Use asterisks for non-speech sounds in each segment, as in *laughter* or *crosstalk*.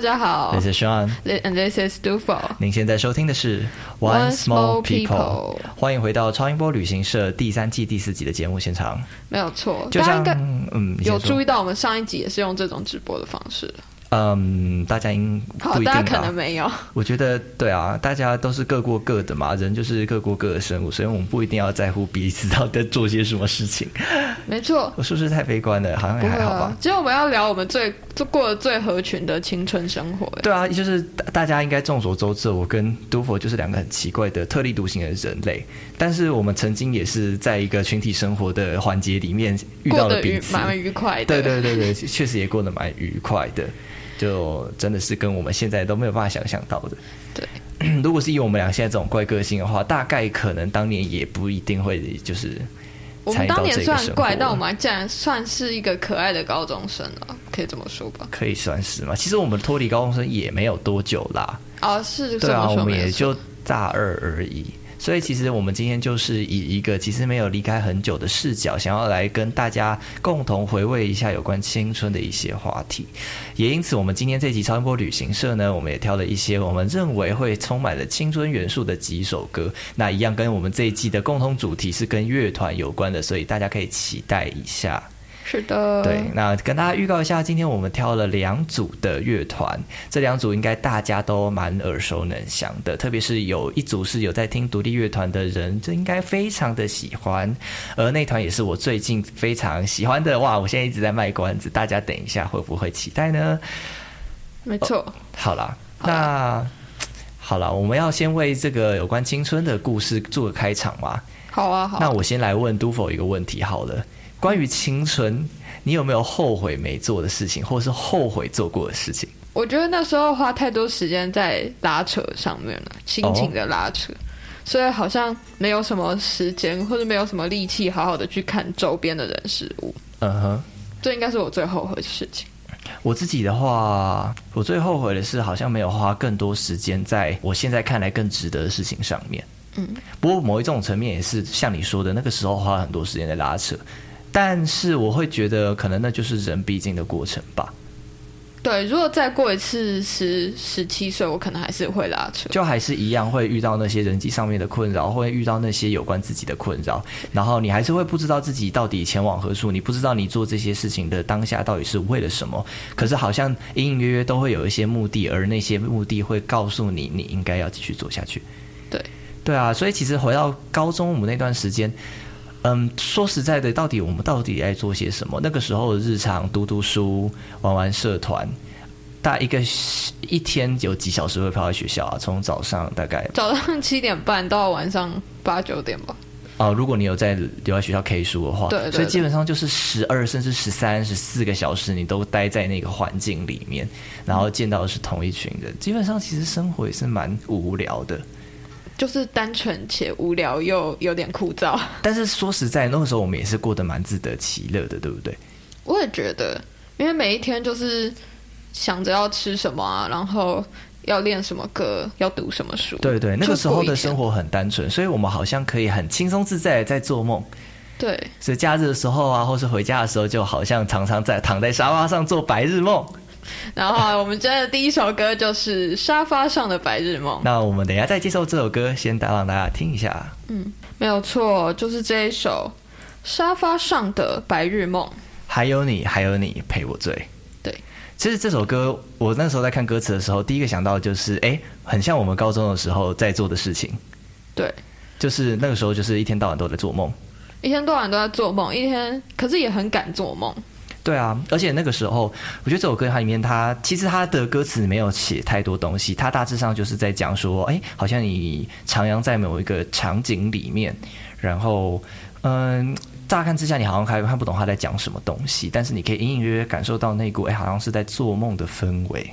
家好 This is Sean。 ，and this is Dufo。您现在收听的是 One One Small Small People People，欢迎回到超音波旅行社第三季第四集的节目现场。没有错，就大家应像该嗯，你先有说注意到，我们上一集也是用这种直播的方式。嗯，大家应好不，一大家定可能吧？没有，我觉得对啊，大家都是各过各的嘛，人就是各过各的生物，所以我们不一定要在乎彼此到底在做些什么事情。没错，我是不是太悲观了？好像不也会还好吧啊。。今天我们要聊我们最最过得最合群的青春生活。对啊，就是大大家应该众所周知，我跟都佛就是两个很奇怪的特立独行的人类，但是我们曾经也是在一个群体生活的环节里面遇过到得了愉彼此，蛮愉快的。对对对对，确实也过得蛮愉快的，就真的是跟我们现在都没有办法想象到的。对， *coughs* 如果是以我们俩现在这种怪个性的话，大概可能当年也不一定会就是我参们与到当这年虽个生然活怪，但我们还竟然算是一个可爱的高中生了，可以这么说吧？可以算是嘛。其实我们脱离高中生也没有多久啦，啊，是这对啊，么我说们没也有错。就大二而已。所以其实我们今天就是以一个其实没有离开很久的视角，想要来跟大家共同回味一下有关青春的一些话题。也因此，我们今天这集超音波旅行社呢，我们也挑了一些我们认为会充满了青春元素的几首歌。那一样跟我们这一季的共同主题是跟乐团有关的，所以大家可以期待一下。是的，对，那跟大家预告一下，今天我们挑了两组的乐团，这两组应该大家都蛮耳熟能详的，特别是有一组是有在听独立乐团的人，这应该非常的喜欢。而那团也是我最近非常喜欢的，哇！我现在一直在卖关子，大家等一下会不会期待呢？没错。好啦，那好啦，我们要先为这个有关青春的故事做个开场嘛。好啊，好啊那我先来问都否一个问题好了，关于青春，你有没有后悔没做的事情，或是后悔做过的事情？我觉得那时候花太多时间在拉扯上面了，心情的拉扯，所以好像没有什么时间或者没有什么力气好好的去看周边的人事物。嗯哼，这应该是我最后悔的事情。我自己的话，我最后悔的是好像没有花更多时间在我现在看来更值得的事情上面。嗯，不过某一种层面也是像你说的，那个时候花很多时间在拉扯，但是我会觉得可能那就是人必经的过程吧。对，如果再过一次十十七岁，我可能还是会拉扯。就还是一样会遇到那些人际上面的困扰，会遇到那些有关自己的困扰，然后你还是会不知道自己到底前往何处，你不知道你做这些事情的当下到底是为了什么。可是好像隐隐约约都会有一些目的，而那些目的会告诉你，你应该要继续做下去。对，对啊，所以其实回到高中我们那段时间，嗯，说实在的，到底我们到底在做些什么？那个时候的日常读读书、玩玩社团，大一个一天有几小时会泡在学校啊？从早上大概早上七点半到晚上八九点吧。哦、如果你有在留在学校 K 书的话，对对所以对基本上就是十二甚至十三、十四个小时，你都待在那个环境里面，然后见到的是同一群人，基本上其实生活也是蛮无聊的。就是单纯且无聊又有点枯燥。但是说实在，那个时候我们也是过得蛮自得其乐的，对不对？我也觉得，因为每一天就是想着要吃什么啊，然后要练什么歌，要读什么书。对对，那个时候就过的一天生活很单纯，所以我们好像可以很轻松自在的在做梦。对所以假日的时候啊，或是回家的时候，就好像常常在躺在沙发上做白日梦。然后啊我们今天的第一首歌就是《沙发上的白日梦》，那我们等一下再介绍这首歌，先打让大家听一下。没有错，就是这一首《沙发上的白日梦》。还有你，还有你陪我醉。对，其实这首歌，我那时候在看歌词的时候，第一个想到就是，哎，很像我们高中的时候在做的事情，对，就是那个时候就是一天到晚都在做梦。一天到晚都在做梦，一天可是也很敢做梦。对啊，而且那个时候，我觉得这首歌它里面它，其实它的歌词没有写太多东西，它大致上就是在讲说，哎，好像你徜徉在某一个场景里面，然后，嗯，乍看之下你好像还看不懂他在讲什么东西，但是你可以隐隐约约感受到那股哎，好像是在做梦的氛围。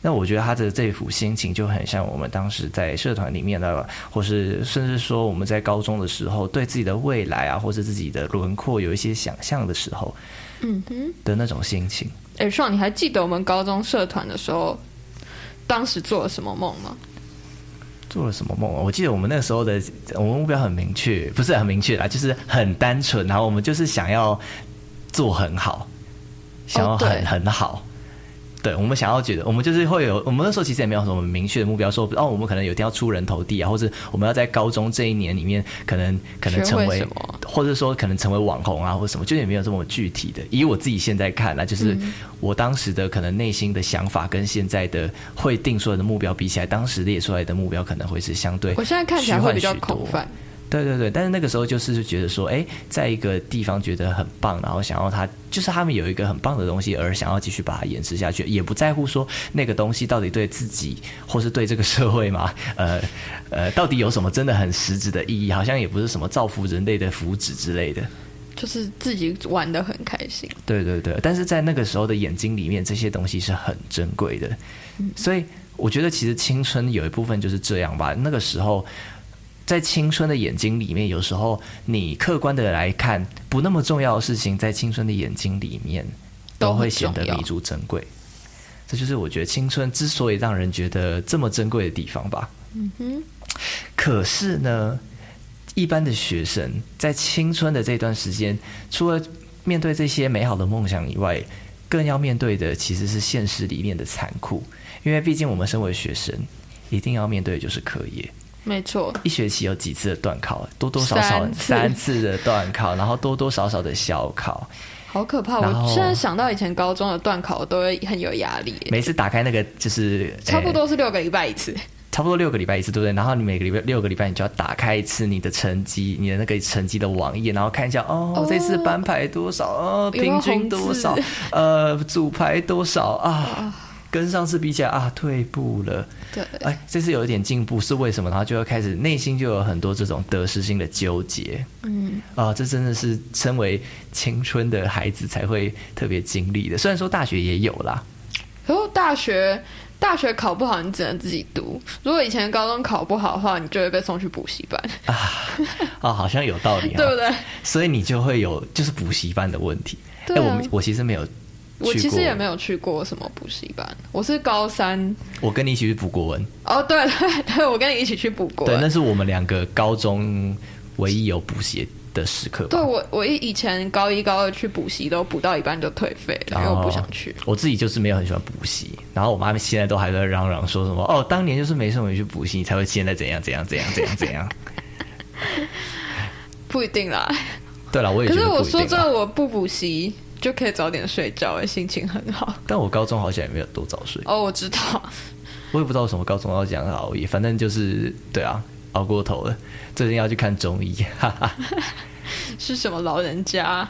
那我觉得他的这幅心情就很像我们当时在社团里面的，或是甚至说我们在高中的时候，对自己的未来啊，或者自己的轮廓有一些想象的时候，嗯哼，的那种心情。哎，爽，你还记得我们高中社团的时候，当时做了什么梦吗？做了什么梦啊？我记得我们那时候的我们目标很明确，不是很明确啦，就是很单纯，然后我们就是想要做很好，想要哦很、对很好。对，我们想要觉得，我们就是会有，我们那时候其实也没有什么明确的目标，说哦，我们可能有一天要出人头地啊，或者我们要在高中这一年里面，可能可能成学会为什么，或者说可能成为网红啊，或者什么，就是也没有这么具体的。以我自己现在看来，就是我当时的可能内心的想法跟现在的会定出来的目标比起来，当时列出来的目标可能会是相对我现在看起来会比较虚幻许空多泛。对对对，但是那个时候就是觉得说，哎，在一个地方觉得很棒，然后想要它，就是他们有一个很棒的东西，而想要继续把它延迟下去，也不在乎说那个东西到底对自己或是对这个社会嘛，呃呃，到底有什么真的很实质的意义，好像也不是什么造福人类的福祉之类的。就是自己玩的很开心，对对对，但是在那个时候的眼睛里面，这些东西是很珍贵的，所以我觉得其实青春有一部分就是这样吧。那个时候，在青春的眼睛里面，有时候你客观的来看，不那么重要的事情，在青春的眼睛里面都都会很显得重要弥足珍贵。这就是我觉得青春之所以让人觉得这么珍贵的地方吧。可是呢，一般的学生在青春的这段时间，除了面对这些美好的梦想以外，更要面对的其实是现实里面的残酷。因为毕竟我们身为学生，一定要面对的就是课业。没错，一学期有几次的段考？多多少少三次三次的段考，然后多多少少的小考。好可怕！然后我现在想到以前高中的段考，我都会很有压力，每次打开那个就是差不呃多是六个礼拜一次。差不多六个礼拜一次，对不对？然后你每个礼拜六个礼拜，你就要打开一次你的成绩，你的那个成绩的网页，然后看一下哦，哦这次班排多少，哦，有没有平均多少红字，呃，组排多少啊？跟上次比起来啊，退步了。对，哎，这次有一点进步是为什么？然后就要开始内心就有很多这种得失心的纠结。嗯，啊，这真的是身为青春的孩子才会特别经历的。虽然说大学也有啦，然后大学大学考不好，你只能自己读。如果以前高中考不好的话，你就会被送去补习班，哎啊，好像有道理、啊，对不对？所以你就会有就是补习班的问题。哎、对啊我我其实没有去过，我其实也没，有去过什么补习班，我是高三。我跟你一起去补国文，哦，对 *laughs* 对对，我跟你一起去补过。对，那是我们两个高中唯一有补习的时刻吧。对我，我以以前高一、高二去补习，都补到一半就退费了，因为我不想去。哦我自己就是没有很喜欢补习，然后我妈现在都还在嚷嚷说什么哦，当年就是没什么人去补习，你才会现在怎样怎样怎样怎样怎样。 *laughs* 不一定啦，对了，我也可觉是得我不一说定啊真啦。的，我不补习就可以早点睡觉，哎，心情很好。但我高中好像也没有多早睡，哦，我知道，我也不知道为什么高中要讲熬夜，反正就是对啊，熬过头了。最近要去看中医，哈哈。是什么老人家？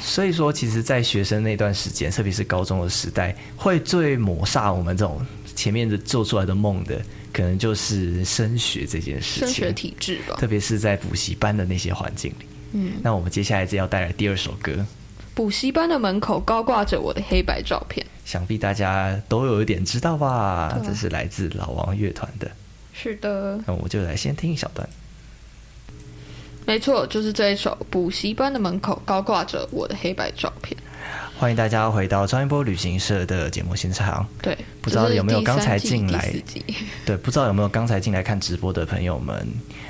所以说，其实，在学生那段时间，特别是高中的时代，会最抹煞我们这种前面的做出来的梦的，可能就是升学这件事升学情。体制吧特。别是在补习班的那些环境里。嗯，那我们接下来就要带来第二首歌，补习班的门口高挂着我的黑白照片，想必大家都有一点知道吧？对啊这是来自老王乐团的。是的，那我就来先听一小段。没错，就是这一首《补习班的门口高挂着我的黑白照片》。欢迎大家回到张一波旅行社的节目现场。对，不知道这是有没有第刚三才季进第来四集对，不知道有没有刚才进来看直播的朋友们，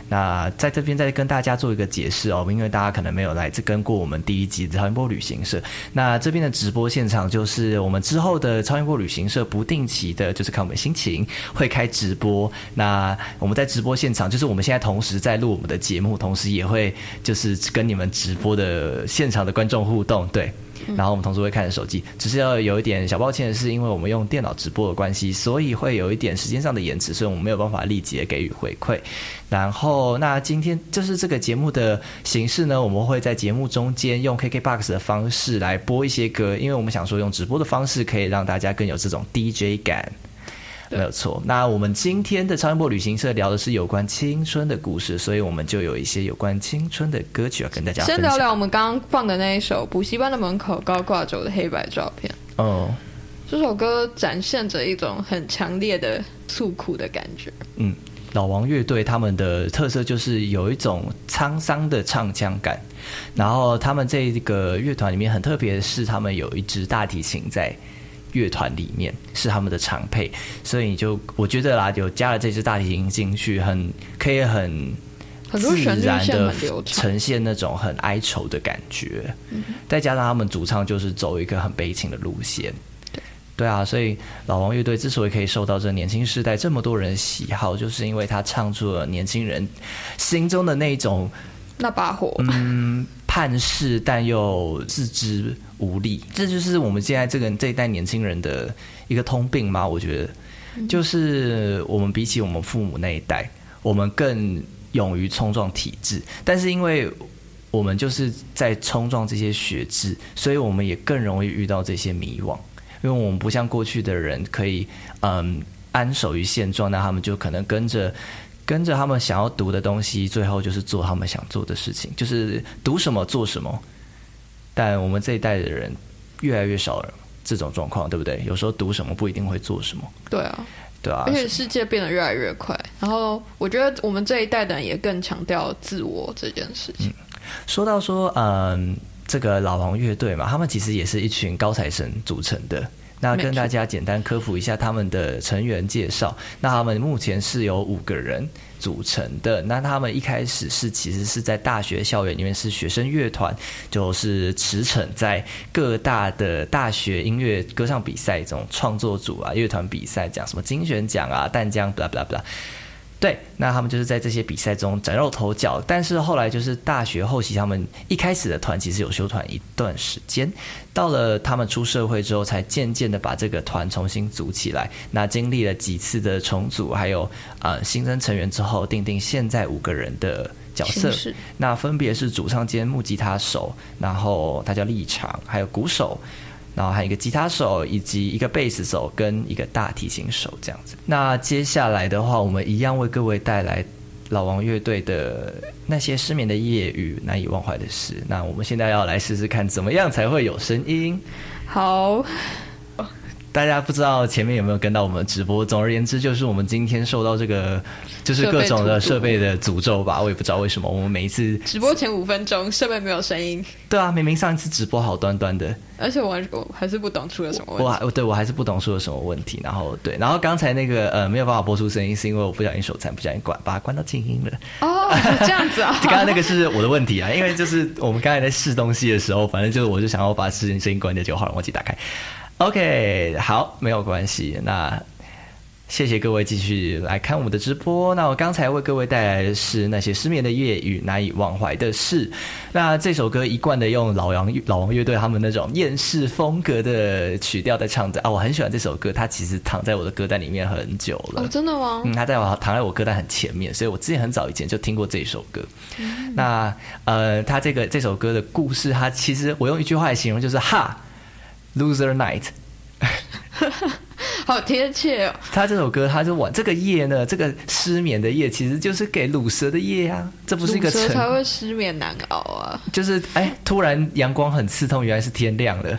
那在这边再跟大家做一个解释哦，因为大家可能没有来这跟过我们第一集的超音波旅行社。那这边的直播现场就是我们之后的超音波旅行社不定期的，就是看我们心情会开直播。那我们在直播现场，就是我们现在同时在录我们的节目，同时也会就是跟你们直播的现场的观众互动，对。然后我们同时会看着手机，只是要有一点小抱歉的是，因为我们用电脑直播的关系，所以会有一点时间上的延迟，所以我们没有办法立即地给予回馈。然后，那今天就是这个节目的形式呢，我们会在节目中间用 KKBOX 的方式来播一些歌，因为我们想说用直播的方式可以让大家更有这种 DJ 感。没有错。那我们今天的超音波旅行社聊的是有关青春的故事，所以我们就有一些有关青春的歌曲要跟大家分先享。聊聊我们刚刚放的那一首《补习班的门口高挂着我的黑白照片》。哦，这首歌展现着一种很强烈的诉苦的感觉，嗯，老王乐队他们的特色就是有一种沧桑的唱腔感，然后他们这个乐团里面很特别的是，他们有一支大提琴在。乐团里面是他们的常配，所以你就我觉得啦，有加了这支大提琴进去，很可以很很多旋律自然线的很流畅。嗯呈现那种很哀愁的感觉，再加上他们主唱就是走一个很悲情的路线，对对啊，所以老王乐队之所以可以受到这年轻世代这么多人喜好，就是因为他唱出了年轻人心中的那一种那把火，嗯，叛世但又自知无力，这就是我们现在这个这一代年轻人的一个通病嘛。我觉得，就是我们比起我们父母那一代，我们更勇于冲撞体制，但是因为我们就是在冲撞这些学制，所以我们也更容易遇到这些迷惘，因为我们不像过去的人可以嗯安守于现状，那他们就可能跟着。跟着他们想要读的东西，最后就是做他们想做的事情，就是读什么做什么。但我们这一代的人越来越少了这种状况，对不对？有时候读什么不一定会做什么，对啊，对啊而。且世界变得越来越快。然后我觉得我们这一代的人也更强调自我这件事情。嗯说到说，嗯，这个老王乐队嘛，他们其实也是一群高材生组成的。那没跟错大家简单科普一下他们的成员介绍。那他们目前是由五个人组成的。那他们一开始是其实是在大学校园里面是学生乐团，就是驰骋在各大的大学音乐歌唱比赛这种创作组啊、乐团比赛奖，什么金选奖啊、淡江 blah blah blah。对，那他们就是在这些比赛中崭露头角，但是后来就是大学后期，他们一开始的团其实有休团一段时间，到了他们出社会之后，才渐渐的把这个团重新组起来。那经历了几次的重组，还有呃新增成员之后，定定现在五个人的角色形式，那分别是主唱兼木吉他手，然后他叫立场，还有鼓手，然后还有一个吉他手，以及一个贝斯手跟一个大提琴手这样子。那接下来的话，我们一样为各位带来老王乐队的那些失眠的夜与难以忘怀的事。那我们现在要来试试看，怎么样才会有声音？好，大家不知道前面有没有跟到我们的直播？总而言之，就是我们今天受到这个就是各种的设备的诅咒吧，我也不知道为什么。我们每一次直播前五分钟设备没有声音，对啊，明明上一次直播好端端的，而且我还我还是不懂出了什么我问啊题。还对我还是不懂说有什么问题，然后对，然后刚才那个呃没有办法播出声音，是因为我不小心手残，不小心关把它关到静音了。，哦，这样子啊 *laughs* 刚刚那个是我的问题啊，因为就是我们刚才在试东西的时候，反正就是我就想要把事情声音关掉，就好了，忘记打开。OK，好，没有关系。那谢谢各位继续来看我们的直播。那我刚才为各位带来的是那些失眠的夜与难以忘怀的事。那这首歌一贯的用老杨老王乐队他们那种厌世风格的曲调在唱着啊，我很喜欢这首歌，它其实躺在我的歌单里面很久了。哦，真的吗？嗯，他在我躺在我歌单很前面，所以我之前很早以前就听过这一首歌。嗯那呃，他这个这首歌的故事，他其实我用一句话来形容，就是哈，loser night。好贴切哦。他这首歌，他就往这个夜呢，这个失眠的夜，其实就是给卤蛇的夜啊，这不是一个乳蛇才成，会失眠难熬啊。就是哎，突然阳光很刺痛，原来是天亮了。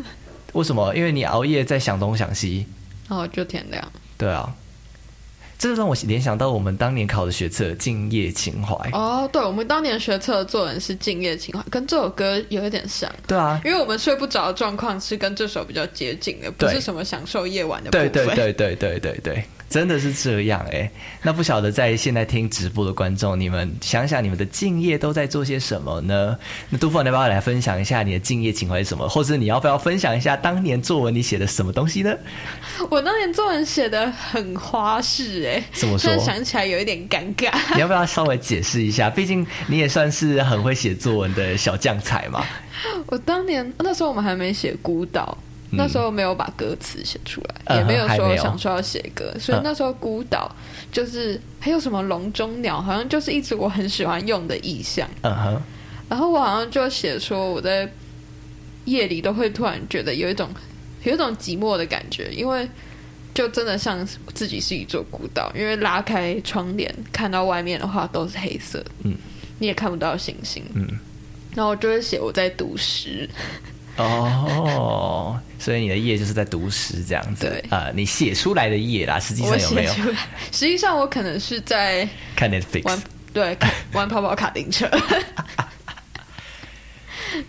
*laughs* 为什么？因为你熬夜在想东想西，然后就天亮。对啊。这让我联想到我们当年考的学测《静夜情怀》哦，对，我们当年学测的作文是《静夜情怀》，跟这首歌有一点像，对啊，因为我们睡不着的状况是跟这首比较接近的，不对是什么享受夜晚的部对分。对对对对对对，真的是这样哎、那不晓得在现在听直播的观众，你们想想你们的敬业都在做些什么呢？那杜峰，你要不要来分享一下你的敬业情怀是什么？或者你要不要分享一下当年作文你写的什么东 *laughs* 西呢？我当年作文写的很花式哎、欸，怎么说现在想起来有一点尴尬。 *laughs* 你要不要稍微解释一下？毕竟你也算是很会写作文的小将才嘛。我当年那时候我们还没写孤岛。嗯那时候没有把歌词写出来，嗯哼也没有还没说有想说要写歌，所以嗯那时候孤岛就是还有什么笼中鸟，好像就是一直我很喜欢用的意象。嗯哼，然后我好像就写说我在夜里都会突然觉得有一种有一种寂寞的感觉，因为就真的像自己是一座孤岛，因为拉开窗帘看到外面的话都是黑色，嗯，你也看不到星星，嗯。然后我就会写我在读诗，哦，所以你的夜就是在读诗这样子。对啊、你写出来的夜啦，实际我上有没写有出来。实际上我可能是在看 Netflix？玩对看玩跑跑卡丁 *laughs* 车。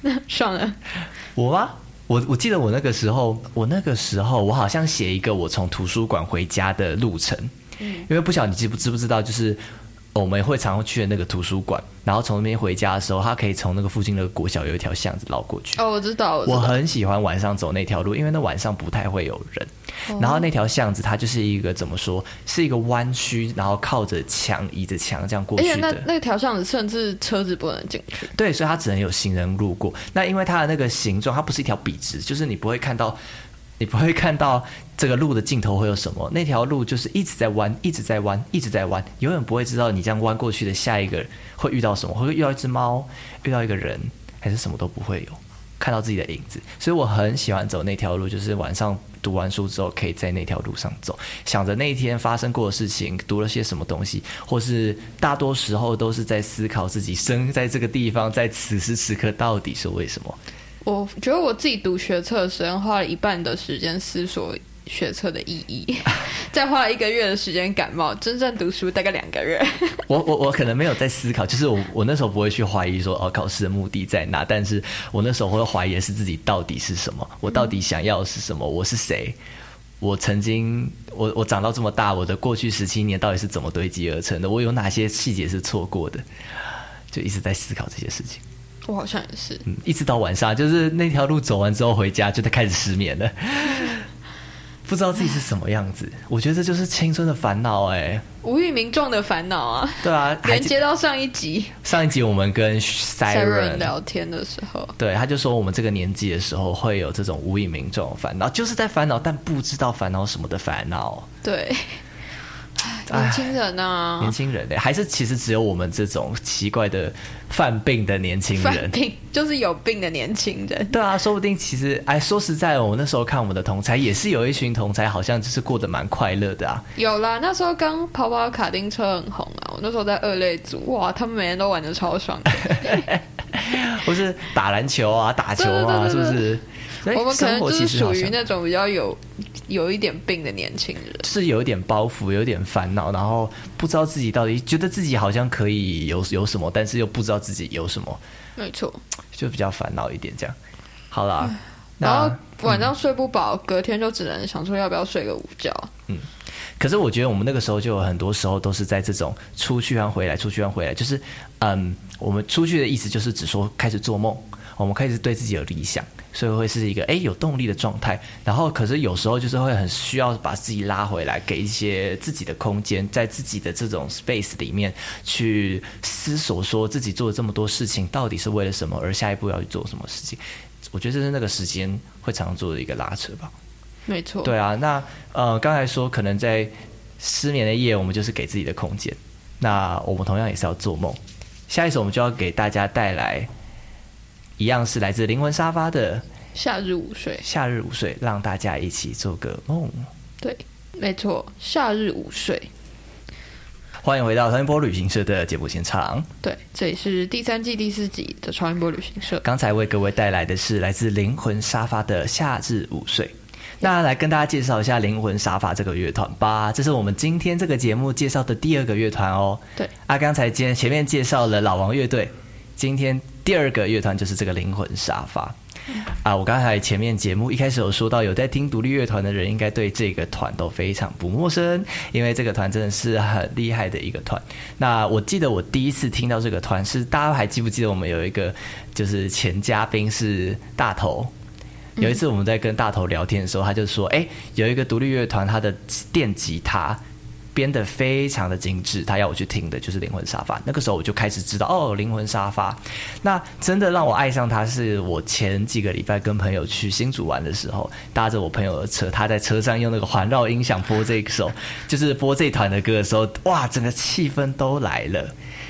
那算了，我吗？我我记得我那个时候，我那个时候我好像嗯写一个我从图书馆回家的路程，因为不晓得你记不知不知道，就是哦我们会常去的那个图书馆，然后从那边回家的时候，他可以从那个附近的国小有一条巷子绕过去。哦，我知道，我知我道，很喜欢晚上走那条路，因为那晚上不太会有人。哦然后那条巷子它就是一个怎么说，是一个弯曲，然后靠着墙、倚着墙这样过而且去哎那的。那条巷子甚至车子不能进去，对，所以它只能有行人路过。那因为它的那个形状，它不是一条笔直，就是你不会看到，你不会看到这个路的尽头会有什么。那条路就是一直在弯，一直在弯，一直在弯，永远不会知道你这样弯过去的下一个会遇到什么，会遇到一只猫，遇到一个人，还是什么都不会有。看到自己的影子，所以我很喜欢走那条路，就是晚上读完书之后，可以在那条路上走，想着那一天发生过的事情，读了些什么东西，或是大多时候都是在思考自己生在这个地方，在此时此刻到底是为什么。我觉得我自己读学测的时间花了一半的时间思索学测的意义，再花了一个月的时间感冒，真正读书大概两个月。我我我可能没有在思考，就是我我那时候不会去怀疑说哦考试的目的在哪，但是我那时候会怀疑的是自己到底是什么，我到底想要的是什么，我是谁。我曾经，我我长到这么大，我的过去十七年到底是怎么堆积而成的？我有哪些细节是错过的？就一直在思考这些事情，我好像也是，嗯，一直到晚上，就是那条路走完之后回家，就开始失眠了， *laughs* 不知道自己是什么样子。我觉得这就是青春的烦恼、哎，无欲民众的烦恼啊。对啊，还连记接到上一集上一集我们跟 Siren 聊天的时候，对，他就说我们这个年纪的时候会有这种无以名状的烦恼，就是在烦恼，但不知道烦恼什么的烦恼。对，唉年轻人年啊，轻人、欸、还是其实只有我们这种奇怪的犯病的年轻犯人。病就是有病的年轻人。对啊，说不定其实哎，说实在，我那时候看我们的同才也是有一群同才，好像就是过得蛮快乐的啊。有啦，那时候刚跑跑卡丁车很红啊，我那时候在二类组，哇，他们每天都玩的超爽的。或是打篮球啊、打球啊，对是对不对是？所以我们可能生活就其是实好属像于那种比较有有一点病的年轻人。是有一点包袱，有一点烦恼，然后不知道自己到底觉得自己好像可以有有什么，但是又不知道自己有什么，没错，就比较烦恼一点这样。好啦，嗯然后那嗯晚上睡不饱，隔天就只能想说要不要睡个午觉。可是我觉得我们那个时候就有很多时候都是在这种出去和回来，出去和回来，就是嗯，我们出去的意思就是只说开始做梦，我们开始对自己有理想，所以会是一个哎有动力的状态。然后可是有时候就是会很需要把自己拉回来，给一些自己的空间，在自己的这种 space 里面去思索，说自己做了这么多事情到底是为了什么，而下一步要去做什么事情。我觉得这是那个时间会常做的一个拉扯吧。没错，对啊，那呃，刚才说可能在失眠的夜，我们就是给自己的空间。那我们同样也是要做梦。下一首我们就要给大家带来，一样是来自灵魂沙发的《夏日午睡。夏日午睡》，让大家一起做个梦。对，没错，夏日午睡。欢迎回到超音波旅行社的节目现场。对，这里是第三季第四集的超音波旅行社。刚才为各位带来的是来自灵魂沙发的《夏日午睡》。那来跟大家介绍一下灵魂沙发这个乐团吧，这是我们今天这个节目介绍的第二个乐团哦。对，啊，刚才前前面介绍了老王乐队，今天第二个乐团就是这个灵魂沙发。啊，我刚才前面节目一开始有说到，有在听独立乐团的人，应该对这个团都非常不陌生，因为这个团真的是很厉害的一个团。那我记得我第一次听到这个团是，大家还记不记得我们有一个就是前嘉宾是大头，有一次我们在跟大头聊天的时候，他就说：“哎、有一个独立乐团，他的电吉他编得非常的精致，他要我去听的就是《灵魂沙发》。”那个时候我就开始知道哦，《灵魂沙发》。那真的让我爱上他，是我前几个礼拜跟朋友去新竹玩的时候，搭着我朋友的车，他在车上用那个环绕音响播这一首，就是播这一团的歌的时候，哇，整个气氛都来了。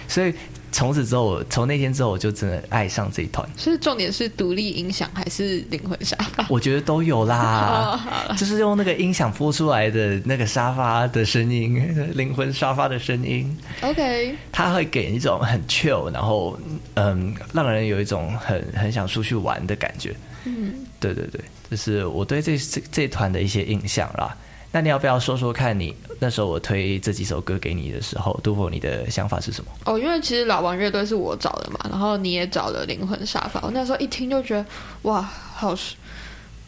所以从此之后，我从那天之后，我就真的爱上这一团。所以重点是独立音响还是灵魂沙发？我觉得都有啦哦好，就是用那个音响播出来的那个沙发的声音，灵魂沙发的声音， OK，它会给人一种很 chill，然后嗯，让人有一种很很想出去玩的感觉。嗯，对对对，这是我对这这这团的一些印象啦。那你要不要说说看你那时候我推这几首歌给你的时候，杜甫你的想法是什么？哦，因为其实老王乐队是我找的嘛，然后你也找了灵魂沙发，我那时候一听就觉得哇，好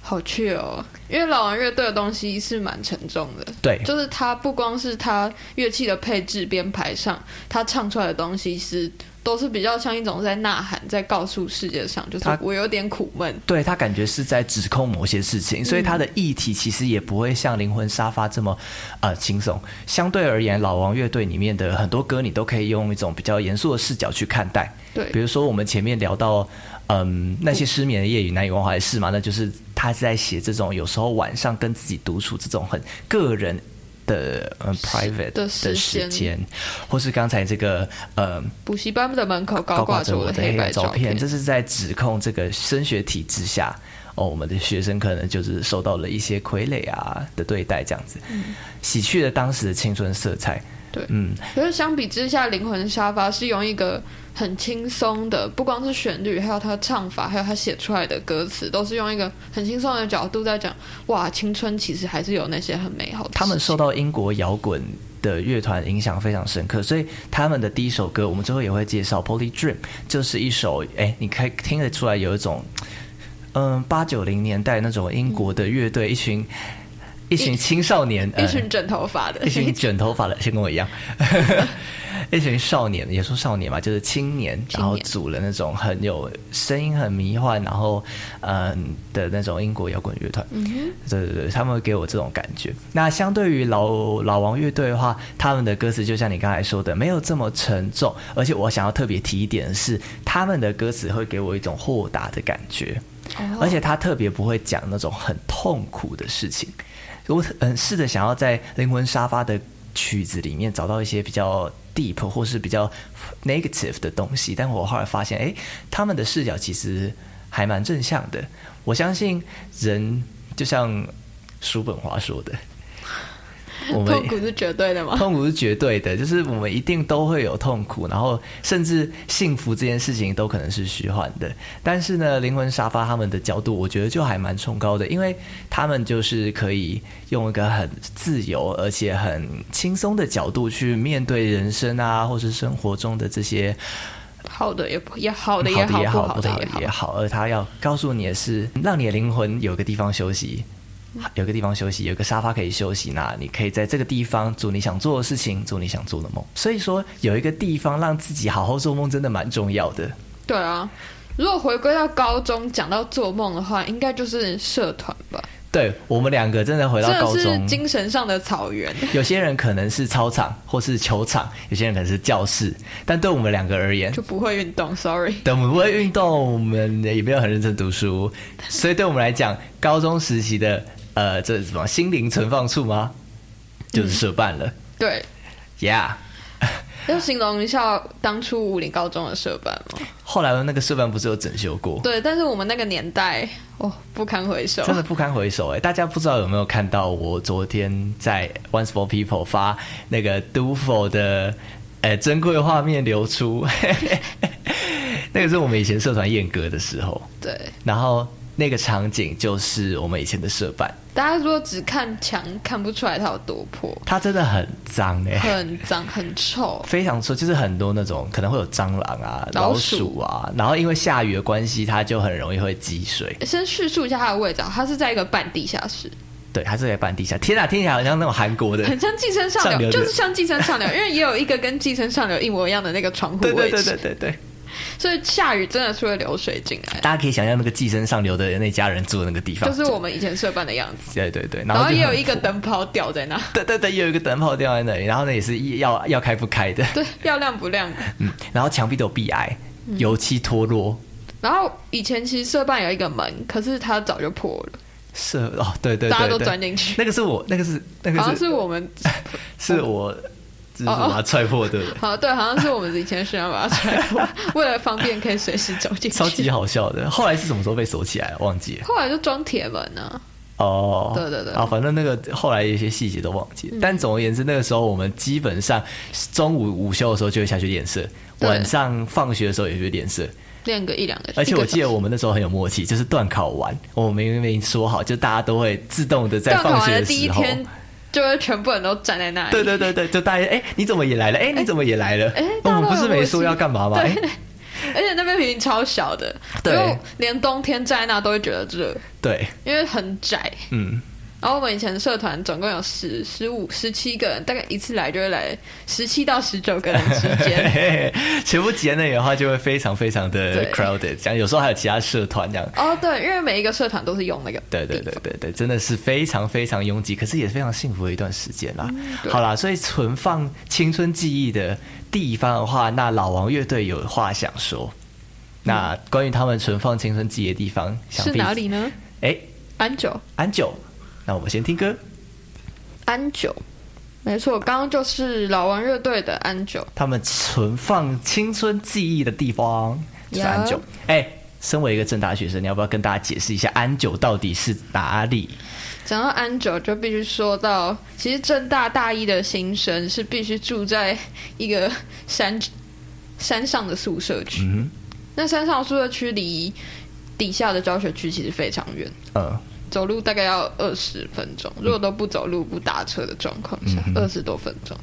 好 chill 哦，因为老王乐队的东西是蛮沉重的，对，就是他不光是他乐器的配置编排上，他唱出来的东西是都是比较像一种在呐喊，在告诉世界上，就是他我有点苦闷。对他感觉是在指控某些事情，所以他的议题其实也不会像灵魂沙发这么呃轻松。相对而言，老王乐队里面的很多歌，你都可以用一种比较严肃的视角去看待。对比如说我们前面聊到，嗯，那些失眠的夜与难以忘怀的事嘛，那就是他在写这种有时候晚上跟自己独处这种很个人的嗯 private 的时时间间，或是刚才这个呃补习班的门口高高挂挂着着我我的的黑黑白白照照片片，，这是在指控这个升学体制下，哦，我们的学生可能就是受到了一些傀儡啊的对待，这样子，洗去了当时的青春色彩。嗯对嗯， *laughs* 可是相比之下，《灵魂沙发》是用一个很轻松的，不光是旋律，还有他的唱法，还有他写出来的歌词，都是用一个很轻松的角度在讲，哇，青春其实还是有那些很美好的事情。他们受到英国摇滚的乐团影响非常深刻，所以他们的第一首歌，我们最后也会介绍《Poly Dream》，就是一首，哎，你可以听得出来有一种，嗯，八九零年代那种英国的乐队，一群一群青少年，一呃群整头发的，一 *laughs* 群卷头发的，先跟我一样， *laughs* 一群少年，也说少年嘛，就是青年，青年然后组了那种很有声音很迷幻，然后嗯的那种英国摇滚乐团。嗯对对对，他们会给我这种感觉。那相对于老老王乐队的话，他们的歌词就像你刚才说的，没有这么沉重，而且我想要特别提一点的是，他们的歌词会给我一种豁达的感觉。哼，哦而且他特别不会讲那种很痛苦的事情。我嗯试着想要在《灵魂沙发》的曲子里面找到一些比较 deep 或是比较 negative 的东西，但我后来发现，哎，他们的视角其实还蛮正向的。我相信人就像叔本华说的，我们痛苦是绝对的吗？痛苦是绝对的，就是我们一定都会有痛苦，然后甚至幸福这件事情都可能是虚幻的。但是呢，灵魂沙发他们的角度，我觉得就还蛮崇高的，因为他们就是可以用一个很自由而且很轻松的角度去面对人生啊，或是生活中的这些好的也不也好的嗯好也的也不好，好不啊的好的也好，而他要告诉你的是，让你的灵魂有个地方休息，嗯有个地方休息，有个沙发可以休息。那你可以在这个地方做你想做的事情，做你想做的梦。所以说，有一个地方让自己好好做梦，真的蛮重要的。对啊。如果回归到高中讲到做梦的话，应该就是社团吧，对我们两个真的回到真的高是中，精神上的草原。有些人可能是操场或是球场，有些人可能是教室，但对我们两个而言，就不会运动，sorry。 *laughs* 等我们不会运动，我们也没有很认真读书，所以对我们来讲，高中时期的呃，这是什么心灵存放处吗？就是社办了、对， y e a h *laughs* 要形容一下当初武林高中的社办 *laughs* 吗？后来那个社办不是有整修过，对，但是我们那个年代，哦，不堪回首。真的不堪回首哎、大家不知道有没有看到我昨天在 Once for People 发那个 Dufo 的呃珍贵画面流出， *laughs* 那个是我们以前社团宴歌的时候，对，然后那个场景就是我们以前的社办，大家如果只看墙，看不出来它有多破，它真的很脏哎、很脏，很臭。非常臭，就是很多那种可能会有蟑螂啊、老老鼠鼠啊，然后因为下雨的关系，它就很容易会积水。先叙述一下它的味道，它是在一个半地下室，对，它是在半地下。天啊，听起来好像那种韩国的，很像寄生上流，上流的就是像寄生上流，因为也有一个跟寄生上流一模一样的那个窗户位对置， *laughs* 对对对对对。所以下雨真的是会流水进来，大家可以想象那个寄生上流的那家人住的那个地方，就是我们以前社办的样子。对对对，然后就也有很一个破，灯泡掉在那，对对对，也有一个灯泡掉在那里，然后呢也是要要开不开的，对，要亮不亮？嗯，然后墙壁都有壁癌，嗯油漆脱落，然后以前其实社办有一个门，可是它早就破了，是哦，对对对对，大家都钻进去。那个是我，那个是那好像个是是哦我 *laughs* 们，是我，就是把它踹破，对不对？好对，好像是我们以前是要把它拆破，为了方便可以随时走进去。*laughs* 超级好笑的。后来是什么时候被锁起来？忘记了。后来就装铁门啊呢、哦，对对对啊，反正那个后来有一些细节都忘记。但总而言之，那个时候我们基本上中午午休的时候就会下去练社，对晚上放学的时候也去练社。练个一两个。而且我记得一个小时我们那时候很有默契，就是断考完，我们明明说好，就大家都会自动的在断放考完学的第一时候。天，就会全部人都站在那里。对对对对，就大家哎、你怎么也来了？哎、你怎么也来了？哎大家我都们不有是默没契说要干嘛吗？哎对，哎、 *laughs* 而且那边明明超小的，对因为连冬天在那都会觉得热，对，因为很窄。嗯，然后我们以前社团总共有十、十五、十七个人，大概一次来就会来十七到十九个人之 *laughs* 间。全部挤在那里的话，就会非常非常的对 crowded。这样有时候还有其他社团这样，哦，对，因为每一个社团都是用那个，对对对对对，真的是非常非常拥挤，可是也非常幸福的一段时间啦。嗯对好啦，所以存放青春记忆的地方的话，那老王乐队有话想说。那关于他们存放青春记忆的地方，想嗯是必哪？里呢？哎，安久，安久，那我们先听歌。安久，没错，刚刚就是老王乐队的安久。他们存放青春记忆的地方就是安久 Yeah。哎、身为一个正大学生，你要不要跟大家解释一下安久到底是哪里？讲到安久，就必须说到，其实正大大一的新生是必须住在一个山山上的宿舍区。嗯那山上的宿舍区离底下的教学区其实非常远，呃，走路大概要二十分钟，嗯如果都不走路不打车的状况下，二十、多分钟。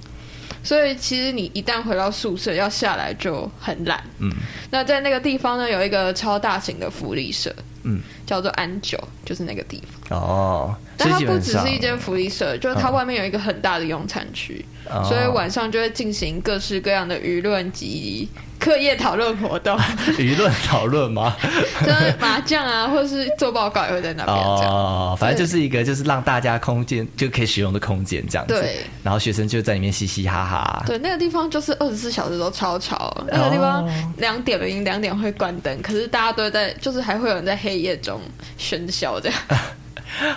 所以其实你一旦回到宿舍，要下来就很懒。嗯，那在那个地方呢，有一个超大型的福利社，嗯，叫做安久，就是那个地方。哦，但所它以基不本只上是一间福利社，就是它外面有一个很大的用餐区，嗯哦所以晚上就会进行各式各样的舆论及课业讨论活 *laughs* 动， *laughs* 舆论讨论吗？就是麻将啊，或是做报告也会在那边这样。哦，反正就是一个就是让大家空间就可以使用的空间这样子。对，然后学生就在里面嘻嘻哈哈。 *laughs* 对，那个地方就是二十四小时都超吵，那个地方哦两点零两点会关灯，可是大家都在，就是还会有人在黑夜中喧嚣 *laughs* 这样。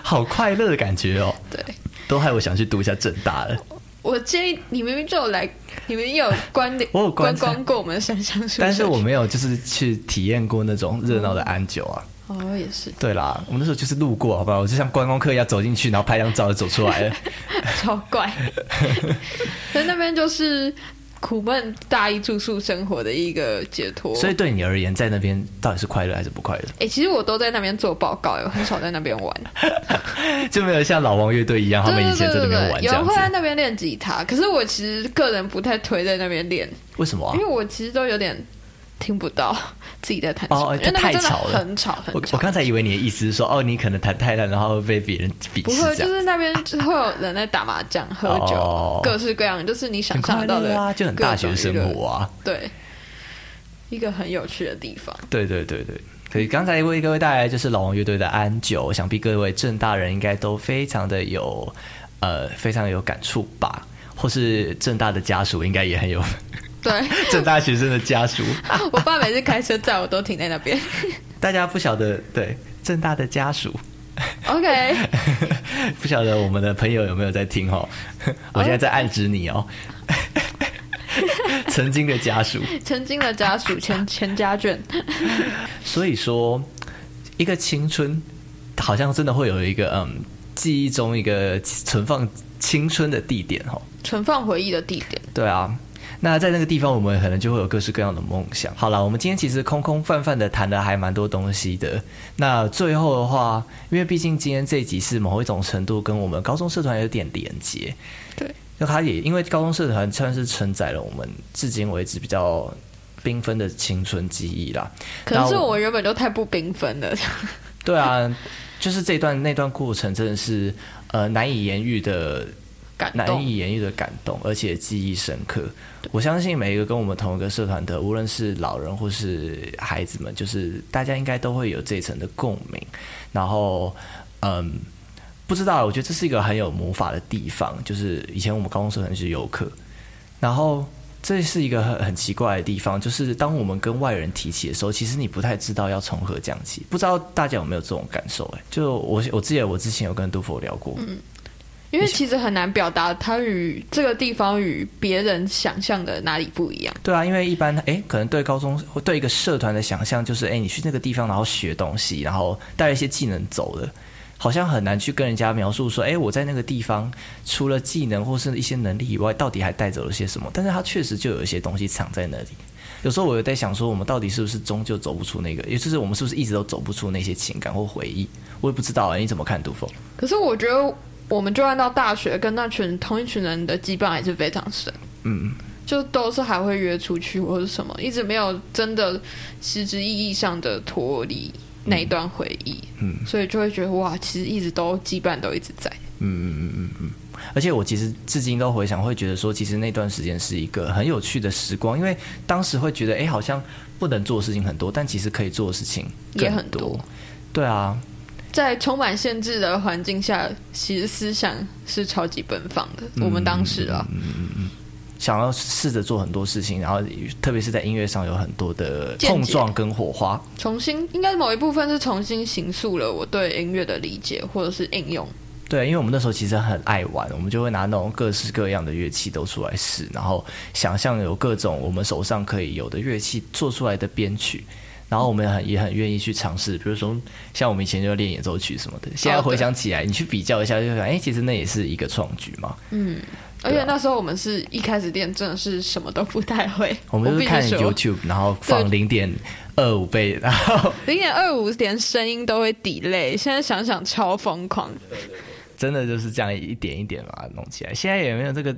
好快乐的感觉哦，对，都害我想去读一下正大了。我建议你明明就有来，你明明有观 *laughs* 我有观观察光过我们的山上宿舍，但是我没有就是去体验过那种热闹的安久啊。哦也是对啦，我们那时候就是路过，好不好？我就像观光客一样走进去，然后拍张照就走出来 *laughs* 了。超怪。 *laughs* 所以那边就是苦闷大一住宿生活的一个解脱。所以对你而言，在那边到底是快乐还是不快乐？哎、其实我都在那边做报告，我很少在那边玩。就没有像老王乐队一样，他们以前在那边玩这有人啊样子会。在那边练吉他，可是我其实个人不太推在那边练，为什么啊因为？我其实都有点听不到自己在弹什么，哦哎因为那个真太的吵了很吵我很我吵。刚才以为你的意思是说，哦，你可能弹太烂，然后被别人鄙不视会，这就样。是那边就会有人在打麻将、喝酒，哦各式各样，就是你想很象快到的乐啊，就很大各种学生娱乐活啊。对，一个很有趣的地 *laughs* 方。对对对对。所以刚才为各位带来就是老王乐队的《安久》，想必各位正大人应该都非常的有，呃，非常有感触吧？或是正大的家属应该也很有，对正大学生的家属，我爸每次开车载我都停在那 *laughs* 边。大家不晓得对正大的家属， OK，不晓得我们的朋友有没有在听哦？我现在在暗指你哦，曾经的家属。曾经的家属前前家眷，所以说，一个青春好像真的会有一个嗯，记忆中一个存放青春的地点哦。存放回忆的地点。对啊。那在那个地方，我们可能就会有各式各样的梦想。好了，我们今天其实空空泛泛的谈的还蛮多东西的。那最后的话，因为毕竟今天这一集是某一种程度跟我们高中社团有点连接，对，那它也因为高中社团算是承载了我们至今为止比较缤纷的青春记忆啦。可能是那我我原本就太不缤纷了。对啊，就是这段那段过程真的是呃难以言喻的感难动，以言喻的感动，而且记忆深刻。我相信每一个跟我们同一个社团的，无论是老人或是孩子们，就是大家应该都会有这一层的共鸣。然后，嗯，不知道，我觉得这是一个很有魔法的地方。就是以前我们高中社团是游客，然后这是一个很很奇怪的地方，就是当我们跟外人提起的时候，其实你不太知道要从何讲起。不知道大家有没有这种感受、哎，就我我记得我之前有跟杜甫聊过，因为其实很难表达它与这个地方与别人想象的哪里不一样。对啊，因为一般哎，诶可能对高中或对一个社团的想象就是，哎，你去那个地方，然后学东西，然后带一些技能走了，好像很难去跟人家描述说，哎，我在那个地方除了技能或是一些能力以外，到底还带走了些什么？但是它确实就有一些东西藏在那里。有时候我有在想说，我们到底是不是终究走不出那个，也就是我们是不是一直都走不出那些情感或回忆？我也不知道、哎，你怎么看杜峰？可是我觉得，我们就算到大学，跟那群同一群人的羁绊还是非常深。嗯，就都是还会约出去或者什么，一直没有真的实质意义上的脱离那一段回忆，嗯所以就会觉得哇，其实一直都羁绊都一直在。嗯嗯嗯嗯嗯。而且我其实至今都回想，会觉得说，其实那段时间是一个很有趣的时光，因为当时会觉得，哎、好像不能做的事情很多，但其实可以做的事情更也很多多。对啊，在充满限制的环境下，其实思想是超级奔放的。嗯我们当时啊，想要试着做很多事情，然后特别是在音乐上有很多见的解碰撞跟火花。重新应该某一部分是重新形塑了我对音乐的理解或者是应用。对，因为我们那时候其实很爱玩，我们就会拿那种各式各样的乐器都出来试，然后想象有各种我们手上可以有的乐器做出来的编曲，然后我们很也很愿意去尝试，比如说像我们以前就练演奏曲什么的，现在回想起来，你去比较一下，就想，哎、其实那也是一个创举嘛。而且那时候我们是一开始练，真的是什么都不太会。 *laughs* 我们就必是看须说， YouTube，然后放零点二五倍，然后 *laughs* 零点二五连声音都会 delay，现在想想超疯狂。真的就是这样一点一点把它弄起来。现在也没有这个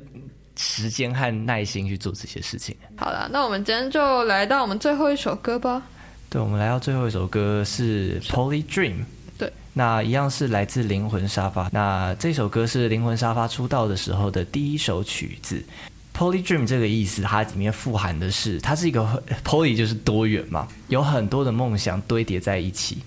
时间和耐心去做这些事情。好了，那我们今天就来到我们最后一首歌吧。对，我们来到最后一首歌是《Poly Dream》。对，那一样是来自灵魂沙发。那这首歌是灵魂沙发出道的时候的第一首曲子。Poly Dream 这个意思，它里面富含的是，它是一个很 Poly 就是多元嘛，有很多的梦想堆叠在一起。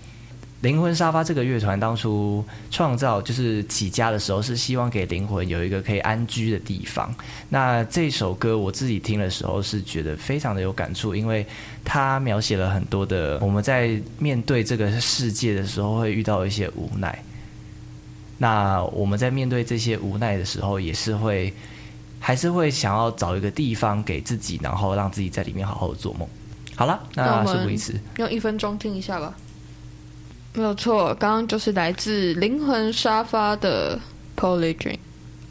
灵魂沙发这个乐团当初创造就是起家的时候，是希望给灵魂有一个可以安居的地方。那这首歌我自己听的时候是觉得非常的有感触，因为它描写了很多的我们在面对这个世界的时候会遇到一些无奈。那我们在面对这些无奈的时候，也是会还是会想要找一个地方给自己，然后让自己在里面好好地做梦。好了，那那我们事不宜迟。用一分钟听一下吧。没有错，刚刚就是来自灵魂沙发的 Poly Dream。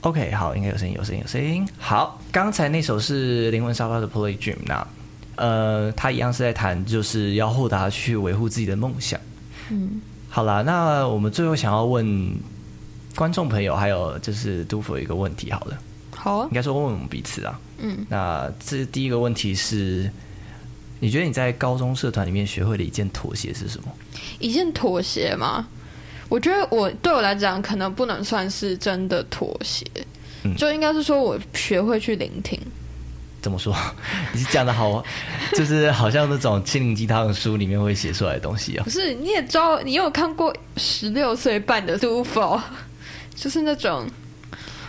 OK，好，应该有声音，有声音，有声音。好，刚才那首是灵魂沙发的 Play Dream，那呃，他一样是在谈就是要豁达去维护自己的梦想。嗯，好啦，那我们最后想要问观众朋友，还有就是杜甫一个问题，好了，好啊应，该说问我们彼此啊。嗯，那这第一个问题是，你觉得你在高中社团里面学会的一件妥协是什么？一件妥协吗？我觉得我对我来讲，可能不能算是真的妥协，嗯就应该是说我学会去聆听。怎么说？ *laughs* 你是讲的好，就是好像那种心灵鸡汤的书里面会写出来的东西哦不。是，你也知道，你有看过十六岁半的都否， *laughs* 就是那种，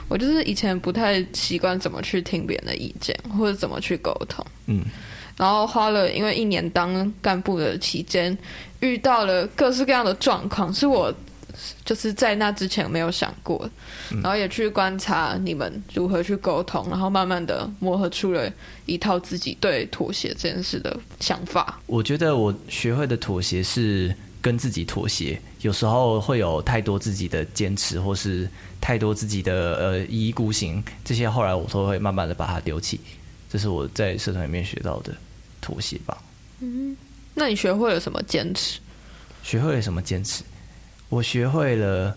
我就是以前不太习惯怎么去听别人的意见，或者怎么去沟通。嗯，然后花了因为一年当干部的期间，遇到了各式各样的状况，是我就是在那之前没有想过的，然嗯后也去观察你们如何去沟通，然后慢慢的磨合出了一套自己对妥协这件事的想法。我觉得我学会的妥协是跟自己妥协，有时候会有太多自己的坚持，或是太多自己的呃一意孤行，这些后来我都会慢慢的把它丢弃。这是我在社团里面学到的妥协吧。那你学会了什么坚持？学会了什么坚持？我学会了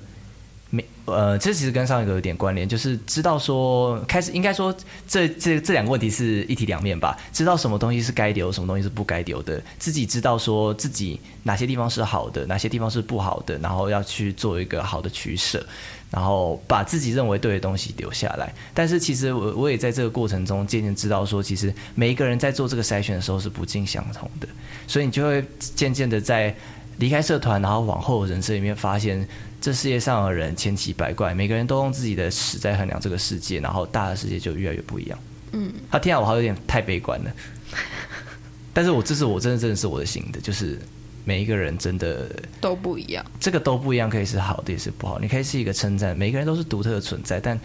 没呃，这其实跟上一个有点关联，就是知道说开始应该说这这这两个问题是一体两面吧，知道什么东西是该留，什么东西是不该留的，自己知道说自己哪些地方是好的，哪些地方是不好的，然后要去做一个好的取舍，然后把自己认为对的东西留下来。但是其实我我也在这个过程中渐渐知道说，其实每一个人在做这个筛选的时候是不尽相同的，所以你就会渐渐的在离开社团，然后往后人生里面发现，这世界上的人千奇百怪，每个人都用自己的尺在衡量这个世界，然后大的世界就越来越不一样。嗯，他听来我好像有点太悲观了， *laughs* 但是我这是我真的真的是我的心的，就是每一个人真的都不一样。这个都不一样，可以是好的，也是不好。你可以是一个称赞，每个人都是独特的存在，但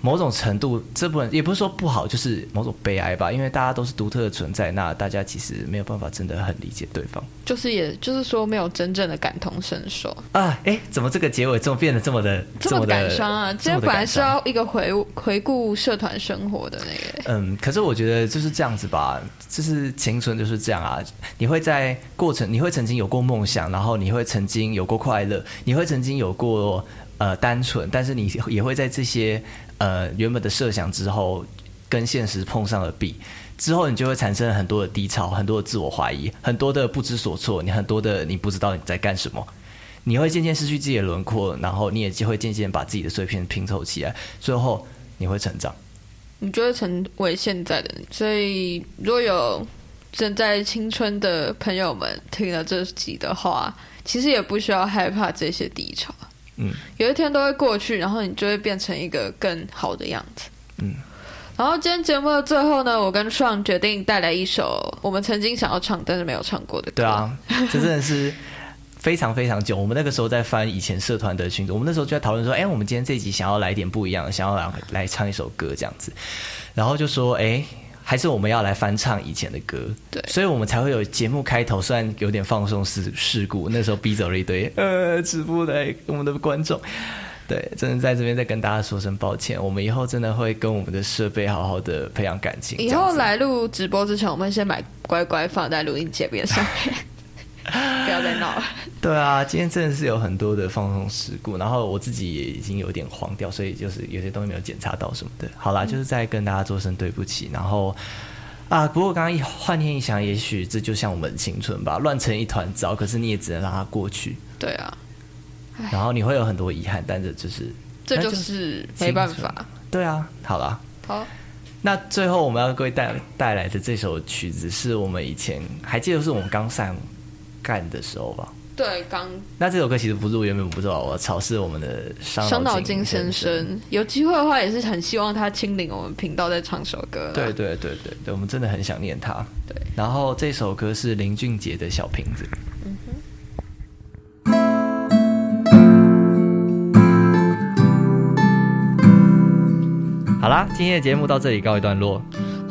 某种程度，这部分也不是说不好，就是某种悲哀吧。因为大家都是独特的存在，那大家其实没有办法真的很理解对方就是也就是说没有真正的感同身受，啊。哎，怎么这个结尾这么变得这么的这么么的感伤啊！今这天么的本来感是伤要一个回回顾社团生活的那个，嗯，可是我觉得就是这样子吧，就是青春就是这样啊。你会在过程，你会曾经有过梦想，然后你会曾经有过快乐，你会曾经有过呃单纯，但是你也会在这些呃原本的设想之后，跟现实碰上了壁，之后你就会产生很多的低潮，很多的自我怀疑，很多的不知所措，你很多的你不知道你在干什么。你会渐渐失去自己的轮廓，然后你也就会渐渐把自己的碎片拼凑起来，最后你会成长。你就会成为现在的你。所以，如果有正在青春的朋友们听了这集的话，其实也不需要害怕这些低潮，嗯，有一天都会过去，然后你就会变成一个更好的样子，嗯。然后今天节目的最后呢，我跟创决定带来一首我们曾经想要唱但是没有唱过的歌。对，啊，这真的是非常非常久。我们那个时候在翻以前社团的群组，我们那时候就在讨论说，哎、我们今天这一集想要来点不一样的，想要来来唱一首歌这样子，然后就说，哎、还是我们要来翻唱以前的歌，对所以我们才会有节目开头，虽然有点放松事事故，那时候逼走了 *laughs* 一堆呃直播的我们的观众，对，真的在这边再跟大家说声抱歉，我们以后真的会跟我们的设备好好的培养感情，以这样后子来录直播之前，我们先买乖乖放在录音界面 *laughs* 上面，不要再闹了。对啊，今天真的是有很多的放松事故，然后我自己也已经有点慌掉，所以就是有些东西没有检查到什么的。好啦，就是再跟大家说声对不起，然后啊，不过刚刚一幻念一想，也许这就像我们的青春吧，乱成一团糟，可是你也只能让它过去，对啊，然后你会有很多遗憾，但这就是这就那就是没办法。对啊，好啦。好，那最后我们要各位带带来的这首曲子，是我们以前还记得是我们刚上干的时候吧？对，刚那这首歌其实不是我原本不知道，我尝试我们的伤伤脑脑筋先先生。生，有机会的话也是很希望他亲临我们频道再唱首歌啦。对对对对对，我们真的很想念他。对，然后这首歌是林俊杰的小瓶子。好啦，今天的节目到这里告一段落，